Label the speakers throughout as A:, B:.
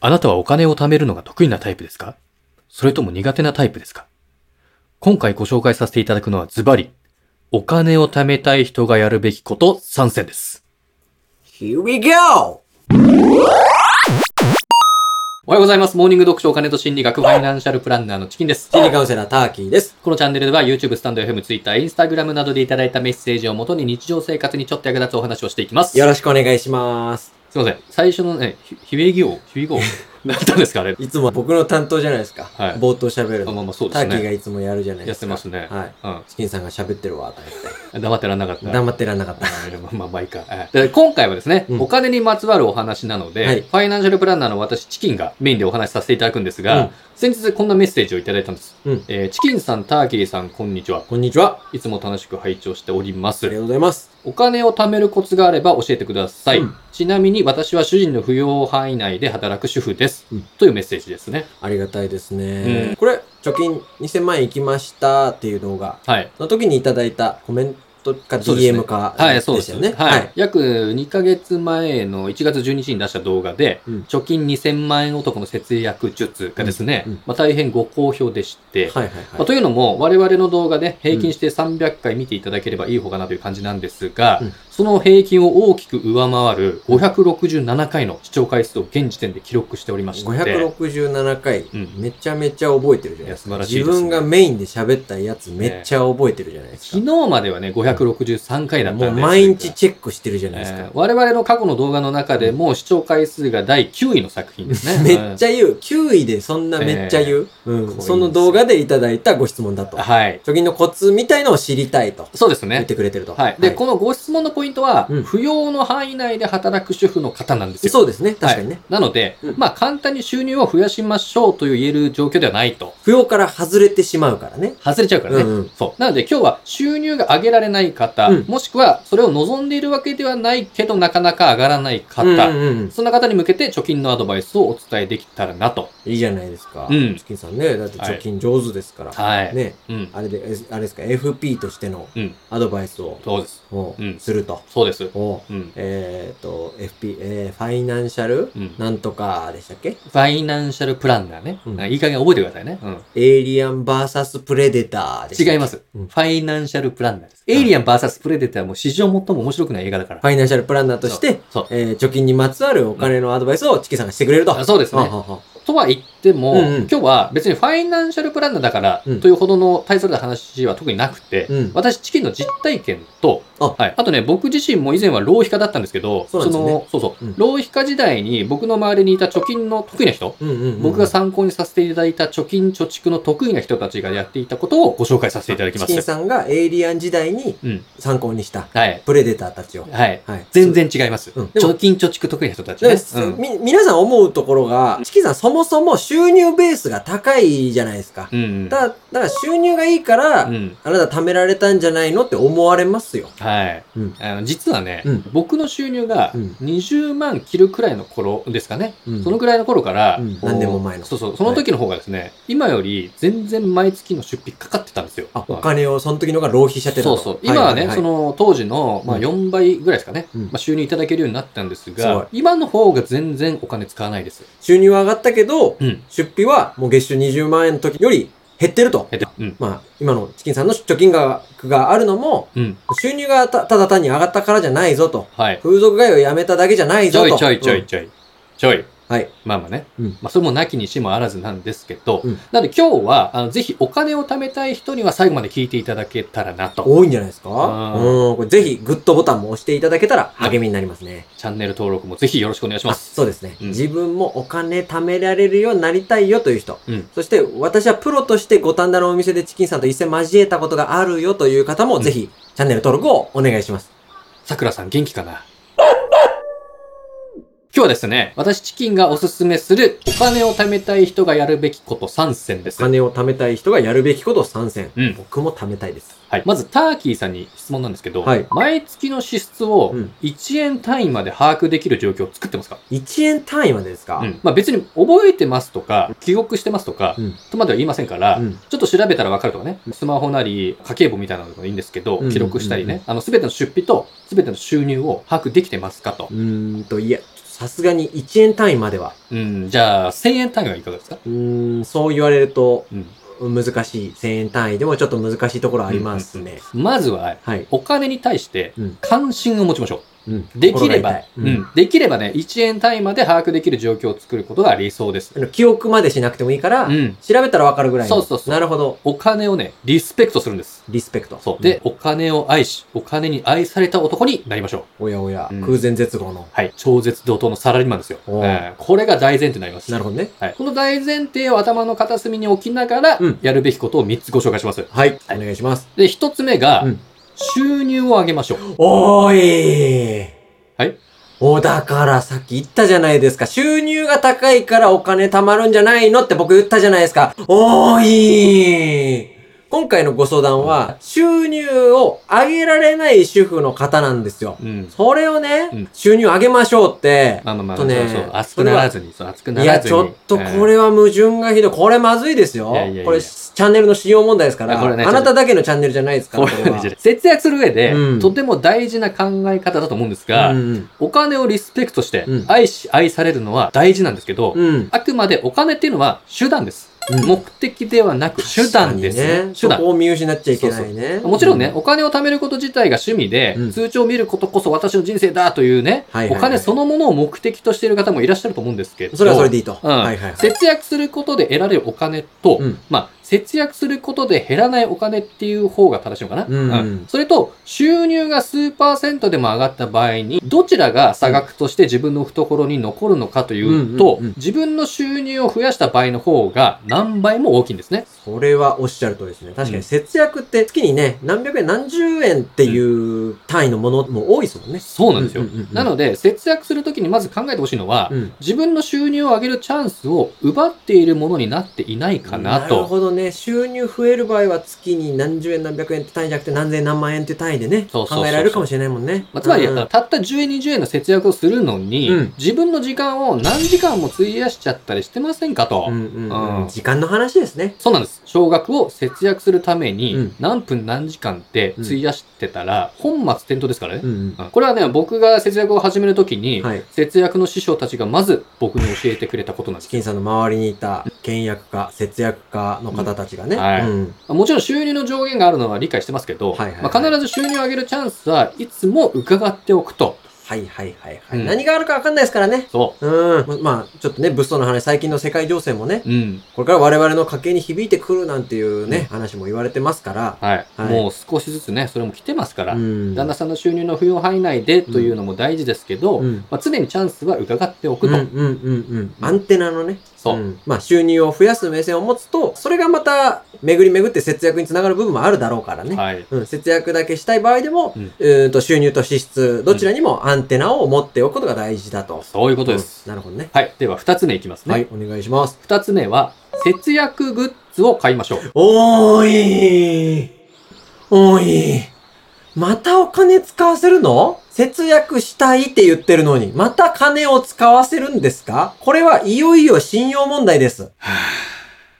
A: あなたはお金を貯めるのが得意なタイプですかそれとも苦手なタイプですか今回ご紹介させていただくのはズバリ、お金を貯めたい人がやるべきこと3選です。
B: Here we go!
A: おはようございます。モーニング読書お金と心理学ファイナンシャルプランナーのチキンです。
B: 心理カウンセラーターキーです。
A: このチャンネルでは YouTube、スタンド FM、Twitter、Instagram などでいただいたメッセージをもとに日常生活にちょっと役立つお話をしていきます。
B: よろしくお願いします。
A: すいません。最初のね、ひひべぎょう、ひびごう、 なんだったんですか あれ。
B: いつも僕の担当じゃないですか。
A: はい
B: 冒頭喋る
A: あ
B: の。
A: まあまあそうで
B: タ
A: す
B: ーキーが
A: ね。
B: いつもやるじゃない
A: や
B: で
A: っ
B: す
A: て
B: か。
A: ますね。
B: はい。
A: うん。
B: チキンさんが喋ってるわ、と思って。
A: 黙ってらんなかった。
B: 黙ってらんなかった。
A: あーまあまあ、まあいいか。えーで今回はですね、
B: うん
A: お金にまつわるお話なので、
B: はい
A: ファイナンシャルプランナーの私、チキンがメインでお話しさせていただくんですが、
B: うん
A: 先日こんなメッセージをいただいたんです。
B: うん
A: えーチキンさん、ターキーさん、こんにちは。
B: こんにちは。あ
A: いつも楽しく拝聴しておりま
B: りが
A: す。
B: とうございます。
A: お金を貯めるコツがあれば教えてください。
B: うん
A: ちなみに私は主人の扶養範囲内で働く主婦です。
B: うん
A: というメッセージですね。
B: ありがたいですね。
A: うん
B: これ、貯金2000万円いきましたっていう動画
A: はい。
B: の時にいただいたコメントか
A: そうですね
B: DM か、
A: はい、そうです
B: よ
A: よ
B: ね。
A: ね。はい。。約2ヶ月前の1月12日に出した動画で、
B: うん
A: 貯金2000万円男の節約術がですね、
B: うんうん
A: まあ、大変ご好評でして、
B: はいはい
A: まあ
B: は
A: というのも、我々の動画で平均して300回見ていただければいい方かなという感じなんですが、
B: うん
A: その平均を大きく上回る567回の視聴回数を現時点で記録しておりま
B: い。
A: して、
B: 567回、
A: ん
B: めちゃめちゃ覚えてるじゃないです
A: い
B: か。
A: や素晴らしいですね
B: 自分がメインで喋ったやつめっちゃ覚えてるじゃないですか。
A: 昨日まではね、563回だったんで
B: もう毎日チェックしてるじゃないです
A: えー
B: か。
A: 我々の過去の動画の中でも視聴回数が第9位の作品ですね。
B: めっちゃ言う。9位でそんなめっちゃ言う。
A: こういうん
B: う
A: です
B: ん。
A: よ
B: その動画でいただいたご質問だと。
A: はい。
B: 貯金のコツみたいのを知りたいと
A: そうです
B: 言っ
A: ね
B: て。くれてると。
A: はい。で、このご質問のポイントは、
B: うん
A: 扶養の範囲内で働く主婦の方なんですよ。
B: そうですね。確かにね。
A: なので、
B: うん
A: まあ、簡単に収入を増やしましょうという言える状況ではないと。
B: 不要から外れてしまうからね。
A: 外れちゃうからね。
B: うんうん
A: そう。なので、今日は収入が上げられない方、
B: うん
A: もしくはそれを望んでいるわけではないけど、なかなか上がらない方、
B: うんうんうん
A: そんな方に向けて貯金のアドバイスをお伝えできたらなと。
B: いいじゃないですか。
A: うん
B: チキンさんね。だって貯金上手ですから。
A: はい。
B: ね。
A: うん。
B: あれで、えあれですか、FP としての
A: うん
B: アドバイスを、
A: そうです。
B: お
A: うん
B: すると。
A: そうです。
B: お
A: うん。
B: えっ、と、FP、えーファイナンシャル、
A: うん
B: なんとかでしたっけ
A: ファイナンシャルプランナーね。
B: うん
A: いい加減覚えてくださいね。うん。
B: エイリアンバーサスプレデターでしたっけ
A: 違います。
B: う
A: フ
B: ん
A: ァイナンシャルプランナーです。エイリアン VS プレデターも史上最も面白くない映画だから。
B: ファイナンシャルプランナーとして、
A: そう。そう
B: えー貯金にまつわるお金のアドバイスをチキさんがしてくれると。
A: あそうですね
B: ははは
A: とは言っても、
B: うんうん
A: 今日は別にファイナンシャルプランナーだから
B: うん
A: というほどの大それた話は特になくて、
B: うん
A: 私、チキンの実体験と、
B: あ
A: はい、あとね、僕自身も以前は浪費家だったんですけど、
B: そうなんですよね
A: のそうそう、
B: うん
A: 浪費家時代に僕の周りにいた貯金の得意な人、
B: うんうんうん
A: 僕が参考にさせていただいた貯金貯蓄の得意な人たちがやっていたことをご紹介させていただきま
B: チキン
A: す。
B: さんがエイリアン時代に
A: うん。
B: 参考にした
A: はい。
B: プレデターたちを。
A: はい。
B: はい。
A: 全然違います。
B: うんでも
A: 貯金貯蓄得意な人たち
B: だ
A: ね。
B: から。
A: うん
B: み、皆さん思うところが、チキさんそもそも収入ベースが高いじゃないですか。
A: うん。
B: だ、だから収入がいいから、
A: うん。
B: あなた貯められたんじゃないのって思われますよ。
A: はい。
B: うん
A: あの、実はね、
B: うん
A: 僕の収入が
B: うん
A: 20万切るくらいの頃ですかね。
B: うん
A: そのくらいの頃から、
B: うん
A: こう
B: 何年も前の
A: そうそう。その時の方がですね、今より全然毎月の出費かかってたんですよ。
B: あ、お金をその時のが浪費しちゃってた
A: そ
B: と
A: うそう。今はね、そ、の当時の、まあ、
B: うん
A: 4倍ぐらいですかね、
B: うん
A: まあ、収入いただけるようになったんです
B: すご
A: が
B: い、
A: 今の方が全然お金使わないです。
B: 収入は上がったけど、
A: うん。
B: 出費はもう月収20万円の時より減ってると。
A: えっと、うん。
B: まあ、今のチキンさんの貯金額があるのも、
A: うん。
B: 収入がたただ単に上がったからじゃないぞと。
A: はい。
B: 風俗害をやめただけじゃない
A: ち
B: ぞ
A: ょい
B: と。
A: ちょいちょいちょい。ちょい。
B: うんはい。
A: まあまあね。
B: うん
A: まあ、それもなきにしもあらずなんですけど、
B: うん
A: なので今日は、あのぜひお金を貯めたい人には最後まで聞いていただけたらなと。
B: 多いんじゃないですか
A: あー
B: うん。これぜひ、グッドボタンも押していただけたら励みになりますね。
A: チャンネル登録もぜひよろしくお願いしま
B: あ
A: す。
B: そうですね、
A: うん
B: 自分もお金貯められるようになりたいよという人。
A: うん
B: そして、私はプロとして五反田のお店でチキンさんと一戦交えたことがあるよという方も、
A: うん
B: ぜひ、チャンネル登録をお願いします。
A: さくらさん元気かな今日はですね、私チキンがおすすめするお金を貯めたい人がやるべきこと3選で
B: お
A: す。
B: 金を貯めたい人がやるべきことを参戦。
A: うん
B: 僕も貯めたいです。
A: はい。まず、ターキーさんに質問なんですけど、
B: はい
A: 毎月の支出を
B: うん
A: 1円単位まで把握できる状況を作ってますか、
B: 1円単位までですか、
A: うんまあ別に覚えてますとか、記憶してますとか、
B: うん
A: とまでは言いませんから、
B: うん
A: ちょっと調べたらわかるとかね、スマホなり、家計簿みたいなのでもいいんですけ
B: うんうん
A: ど、
B: うん
A: 記録したりね、あの、すべての出費と、すべての収入を把握できてますかと。
B: うーんと、いや、ちょっとさすがに1円単位までは。
A: うん、じゃあ、1000円単位はいかがですか
B: うーん、そう言われると
A: うん。
B: 難しい。1000円単位でもちょっと難しいところありますね。
A: まずは、
B: はい。
A: お金に対して
B: うん、
A: 関心を持ちましょう。
B: うん
A: できれ
B: 心が痛
A: ば
B: い、
A: う
B: うん
A: ん、できればね、1円単位まで把握できる状況を作ることが理想です。
B: あの記憶までしなくてもいいから、
A: うん。
B: 調べたらわかるぐらいの。
A: そうそうそう
B: なるほど。
A: お金をね、リスペクトするんです。
B: リスペクト。
A: そう。で、、お金を愛し、お金に愛された男になりましょう。
B: おやおや、
A: うん
B: 空前絶後の。
A: はい。超絶怒涛のサラリーマンですよ。
B: おう
A: えーこれが大前提になります。
B: なるほどね。
A: はい。この大前提を頭の片隅に置きながら
B: うん、
A: やるべきことを3つご紹介します。
B: はい。
A: はい
B: お願いします。
A: で、1つ目が
B: うん、
A: 収入を上げましょう。
B: おーい
A: はい
B: お、だからさっき言ったじゃないですか。収入が高いからお金貯まるんじゃないのって僕言ったじゃないですか。おーい今回のご相談は、収入を上げられない主婦の方なんですよ。
A: うん。
B: それをね、
A: うん
B: 収入上げましょうって。
A: まあまあまあ、
B: ちょ
A: そ
B: っ
A: う
B: と
A: そう
B: ね
A: そう。熱くならずに、そう、熱くない
B: や、
A: らずに。
B: ちょっとこれは矛盾がひどい。これまずいですよ。
A: いやいやいや
B: これ、チャンネルの使用問題ですか
A: い
B: ら、
A: やこれね
B: あなただけのチャンネルじゃないですから、
A: こういう感じで節約する上で、
B: うん
A: とても大事な考え方だと思うんです
B: は
A: が、
B: うん
A: お金をリスペクトして
B: うん
A: 愛し、愛されるのは大事なんですけど、
B: うん。うん。
A: あくまでお金っていうのは手段です。
B: うん
A: 目的ではなく手段です、
B: 確かにね。
A: 手
B: そ
A: 段。
B: こを見失っちゃいけないね。
A: もちろんね、
B: う
A: お金を貯めること自体が趣味で、
B: うん
A: 通帳を見ることこそ私の人生だというね、
B: はいはいはい
A: お金そのものを目的としている方もいらっしゃると思うんですけど、
B: それはそれでいいと。
A: うん
B: はいはいはい。
A: 節約することで得られるお金と、
B: うん
A: まあ、節約することで減らないお金っていう方が正しいのかな。
B: うん
A: それと、収入が数パーセントでも上がった場合に、どちらが差額として自分の懐に残るのかというと、
B: うんうんうん
A: 自分の収入を増やした場合の方が何倍も大きいんですね。
B: それはおっしゃるとりですね。確か
A: う
B: に
A: ん
B: 節約って月にね、何百円、何十円っていう単位のものも多いですもんね。
A: そうなんですよ。
B: うんうんうんうん
A: なので、節約するときにまず考えてほしいのは、
B: うん。
A: 自分の収入を上げるチャンスを奪っているものになっていないかな
B: る
A: と。
B: ほどね。収入増える場合は月に何十円何百円って単位じゃなくて何千何万円って単位でね、
A: そうそうそうそう
B: 考えられるかもしれないもんね。
A: まあ、つまり、
B: うん
A: たった10円、20円の節約をするのに、
B: うん
A: 自分の時間を何時間も費やしちゃったりしてませんかと。
B: うんうんう、
A: うんん
B: 時間の話ですね。
A: そうなんです。少額を節約するため
B: う
A: に
B: ん、
A: 何分何時間って費やしてたら、本末転倒ですからね
B: う。ん
A: うんこれはね、僕が節約を始めるとき
B: う
A: に
B: ん、、はい。
A: 節約の師匠たちがまず僕に教えてくれたことなんで
B: チ
A: す
B: キンさんの周りにいた、倹約家、節約家の方たちがね。
A: うんはい
B: うん
A: もちろん収入の上限があるのは理解してますけど、
B: はいはいはい
A: まあ必ず収入を上げるチャンスはいつも伺っておくと。
B: はいはいはいはい。
A: うん
B: 何があるかわかんないですからね。
A: そ
B: うん。ままあ、ちょっとね、物騒な話、最近の世界情勢もね、
A: う。うん。
B: これから我々の家計に響いてくるなんていうね、話も言われてますから。
A: はい。
B: はい
A: もう少しずつね、それも来てますから、
B: ん
A: 旦那さんの収入の不要範囲内でというのも大事ですけど、
B: うん
A: まあ、常にチャンスは伺っておく
B: うん
A: と。
B: うんうんうん。アンテナのね。
A: そう、
B: んまあ、収入を増やす目線を持つと、それがまた、巡り巡って節約につながる部分もあるだろうからね。
A: はい。
B: うん、節約だけしたい場合でも、う
A: うん
B: ーんと収入と支出、どちらにもアンテナを持っておくことが大事だと。
A: そういうことです。
B: うんなるほどね。
A: はい。では、二つ目いきますね。
B: はい、お願いします。
A: 二つ目は、節約グッズを買いましょう。
B: おーいおーいまたお金使わせるの節約したいって言ってるのに、また金を使わせるんですかこれはいよいよ信用問題です。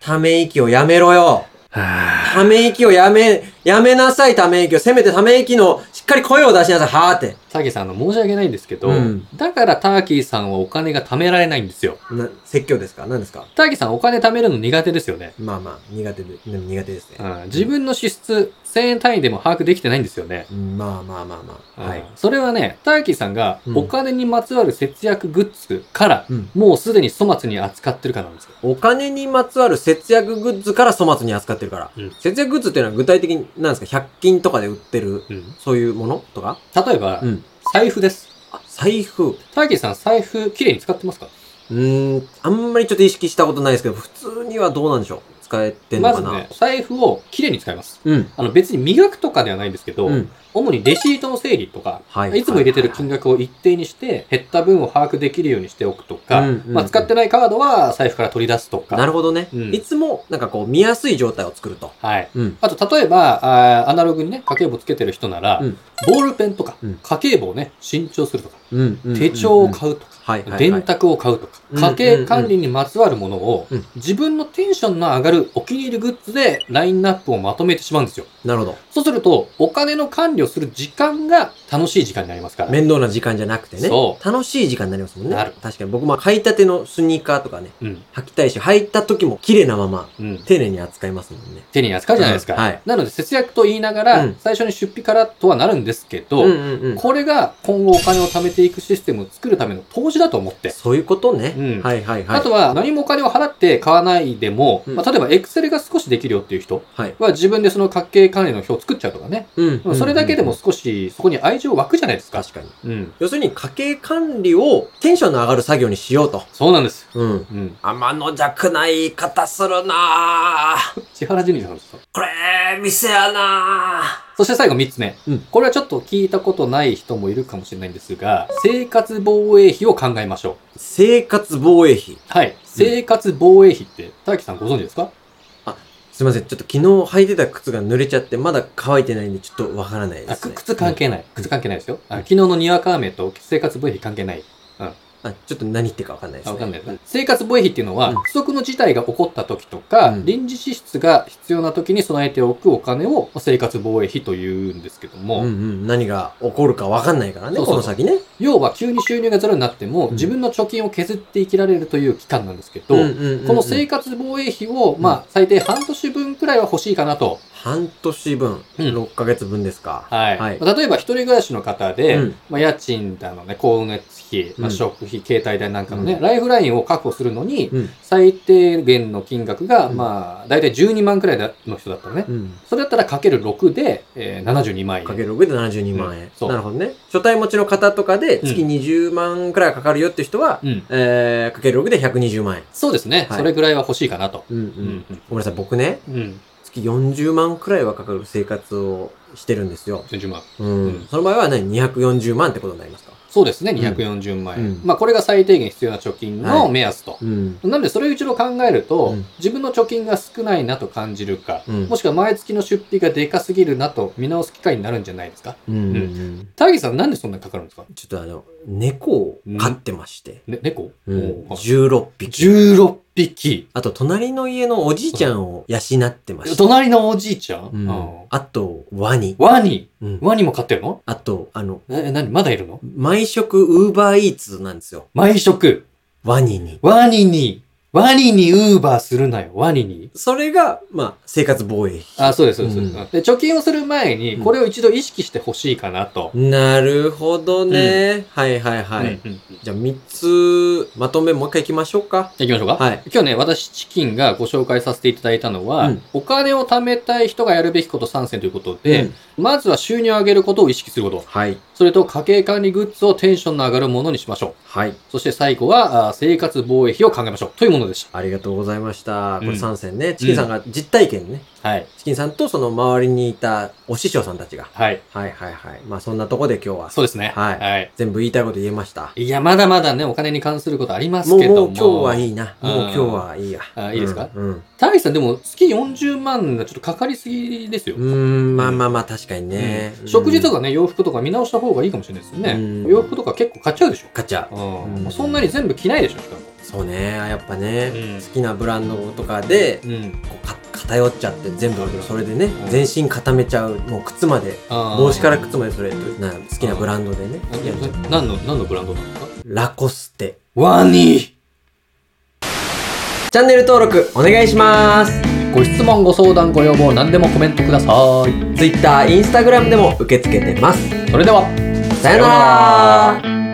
B: ため息をやめろよ。ため息をやめ、やめなさい、ため息を。せめてため息の、しっかり声を出しなさい、はーって。
A: ターキーさん、あの、申し訳ないんですけど、
B: うん
A: だからターキーさんはお金が貯められないんですよ。
B: な、説教ですか何ですか
A: ターキーさん、お金貯めるの苦手ですよね。
B: まあまあ、苦手で、でも苦手です
A: う
B: ね。
A: ん、自分の支出、1000円単位でも把握できてないんですよね。
B: うんまあまあまあまあ。は
A: はいい。。それはね、ターキーさんが
B: うん
A: お金にまつわる節約グッズから、
B: うん
A: もうすでに粗末に扱ってるからなんですよ。
B: お金にまつわる節約グッズから粗末に扱ってるから。
A: うん
B: 節約グッズっていうのは具体的に何ですか ?100 均とかで売ってる、
A: うん。
B: そういうものとか
A: 例えば、
B: ん。
A: 財布です。
B: あ、財布。う
A: ターキーさん、財布、綺麗に使ってますか
B: ーん、あんまりちょっと意識したことないですけど、普通にはどうなんでしょう使えてんの
A: ま
B: か
A: ず
B: な、
A: ね、財布を綺麗に使います。
B: うん。
A: あの、別に磨くとかではないんですけど、
B: うん。
A: 主にレシートの整理とか、
B: はい
A: つも入れてる金額を一定にして、減った分を把握できるようにしておくとか、
B: うんうん
A: まあ、使ってないカードは財布から取り出すとか。
B: なるほどね、
A: うん
B: いつも、なんかこう、見やすい状態を作ると。
A: はい。
B: うん。
A: あと、例えば、あーアナログにね、家計簿つけてる人なら、
B: うん
A: ボールペンとか、
B: うん
A: 家計簿をね、新調するとか、
B: うん。うん
A: 手帳を
B: うん
A: 買うとか、
B: はいはい、はい。
A: 電卓を買うとか、
B: うんうんうん
A: 家計管理にまつわるものを
B: うん、
A: 自分のテンションの上がるお気に入りグッズでラインナップをまとめてしまうんですよ。
B: なるほど。
A: そうすると、お金の管理をする時間が楽しい時間になりますから。
B: 面倒な時間じゃなくてね。
A: そ
B: 楽しい時間になりますもんね。
A: なる
B: 確かに僕も履いたてのスニーカーとかね、
A: うん。
B: 履きたいし、履いた時も綺麗なまま、
A: うん。
B: 丁寧に扱いますもんね。
A: 手に扱うじゃないですか。
B: うんはい
A: なので節約と言いながら、
B: うん
A: 最初に出費からとはなるんですけど、
B: うんうんうん。
A: これが今後お金を貯めていくシステムを作るための投資だと思って。
B: そういうことね。
A: うん
B: はいはいはい。
A: あとは何もお金を払って買わないでも、
B: うん
A: まあ、例えばエクセルが少しできるよっていう人
B: はい。
A: は自分でその家計管理の表を作っちゃうとかね。
B: うん
A: それだけでも少しそこに愛情湧くじゃないですか。
B: 確かに。
A: うん。
B: 要するに家計管理をテンションの上がる作業にしようと。
A: そうなんです。
B: うん。
A: うん。
B: 天の弱な言い方するなぁ。
A: 千原ジュニアさんです。
B: これ、店やなぁ。
A: そして最後3つ目、
B: うん
A: これはちょっと聞いたことない人もいるかもしれないんですが、生活防衛費を考えましょう。
B: 生活防衛費。
A: はい。生活防衛費って、大樹さんご存知ですか
B: すいません。ちょっと昨日履いてた靴が濡れちゃって、まだ乾いてないんで、ちょっとわからないで
A: あ
B: す、
A: く
B: ね。
A: 靴関係ない。靴関係ないですよ。あ昨日のにわか雨と生活防衛費関係ない。
B: あ、ちょっと何言ってるかわかんないです
A: あ
B: ね。
A: わかんない。生活防衛費っていうのは、
B: うん
A: 不測の事態が起こった時とか、
B: うん
A: 臨時支出が必要な時に備えておくお金を生活防衛費というんですけども、
B: うんうん。何が起こるかわかんないからね、
A: そうそう
B: この先ね。
A: 要は急に収入がゼロになっても、
B: うん
A: 自分の貯金を削って生きられるという期間なんですけど、
B: うんうんうんうん
A: この生活防衛費を、
B: ん
A: まあ、最低半年分くらいは欲しいかなと。
B: 半年分、
A: うん
B: 6ヶ月分ですか。
A: はい。
B: はい
A: まあ例えば、一人暮らしの方で、
B: うん
A: まあ、家賃だのね、光熱費、まあ、
B: うん
A: 食費、携帯代なんかのね、
B: うん
A: ライフラインを確保するのに、
B: うん。
A: 最低限の金額が、
B: うん
A: まあ、だいたい12万くらいだの人だったのね。
B: うん。
A: それだったら、かける6で、えー、72万円。
B: かける6で72
A: う
B: 万
A: ん
B: 円、
A: そう
B: なるほどね。初対持ちの方とかで月
A: うん
B: 20万くらいかかるよって人は、
A: うん。
B: えー、かける6で120万円。
A: そうですね、
B: はい
A: それぐらいは欲しいかなと。
B: うんう。
A: うんん。うん。
B: ごめんなさい、僕ね、
A: うん。
B: 月40万くらいはかかる生活をしてるんですよ。
A: 40万。
B: うん。
A: うん
B: その場合は何 ?240 万ってことになりますか
A: そうですね、240万円。
B: うん
A: まあ、これが最低限必要な貯金の目安と。
B: うん。
A: なので、それを一度考えると、
B: うん
A: 自分の貯金が少ないなと感じるか、
B: うん
A: もしくは毎月の出費がでかすぎるなと見直す機会になるんじゃないですか。
B: うん。うん
A: うタギさん、なんでそんなにかかるんですか、
B: ちょっとあの、猫を飼ってまして、
A: ね、猫、
B: うん、
A: おう
B: 16匹。
A: 16匹。
B: あと、隣の家のおじいちゃんを養ってまして、
A: 隣のおじいちゃん、
B: うん
A: ああ
B: あと、ワニ。
A: ワニ。
B: うん
A: ワニも飼ってるの
B: あと、あの、
A: え、なにまだいるの
B: 毎食ウーバーイーツなんですよ。
A: 毎食。
B: ワニに。
A: ワニに、ワニにウーバーするなよ。ワニに。
B: それが、まあ、生活防衛費。
A: あ、そうです、そうです。
B: うん
A: で、貯金をする前に、
B: うん
A: これを一度意識してほしいかなと。
B: なるほどね。はいはいはい。
A: うんうん
B: じゃあ、3つ、まとめもう一回行きましょうか。
A: 行きましょうか。
B: はい。
A: 今日ね、私、チキンがご紹介させていただいたのは、
B: うん
A: お金を貯めたい人がやるべきこと3選ということで、
B: うん
A: まずは収入を上げることを意識すること。
B: はい。
A: それと家計管理グッズをテンションの上がるものにしましょう。
B: はい。
A: そして最後は、あー生活防衛費を考えましょう。というものでし
B: ありがとうございました。これ
A: うん
B: 3選ね。チキンさんが実体験ね。
A: た。はい。
B: チキンさんとその周りにいたお師匠さんたちが。
A: はい。
B: はいはいはい。まあ、そんなとこで今日は
A: そうですね。
B: はい全部言いたいこと言えました。
A: い。や、まだまだね、お金に関することあります
B: もう、
A: け
B: も
A: ども。
B: う今日はいいな。
A: うん
B: もう今日はいいや。
A: あいいですか
B: うん。うん
A: 高橋さん、でも、月40万がちょっとかかりすぎですよ。
B: うーん、まあまあまあ確かにね。
A: うん食事と
B: か
A: かね、洋服とか見直した方がいいかもしれないですよね。
B: うん
A: 洋服とか結構買っちゃうでしょ。
B: ガチャ。
A: うん
B: うん
A: そんなに全部着ないでしょ、しかも。
B: そうね、やっぱね、
A: うん
B: 好きなブランドとかで、
A: うん。
B: こうか偏っちゃって全部それでね、
A: ん
B: 全身固めちゃう。もう靴まで、帽
A: 帽
B: 子から靴までそれな好きなブランドでね。やっちゃう
A: 何の、何のブランドなんですか
B: ラコステ。
A: ワニ
B: チャンネル登録お願いします。
A: ご質問、ご相談、ご要望、何でもコメントください。
B: Twitter、Instagram でも受け付けてます。
A: それでは、
B: さよなら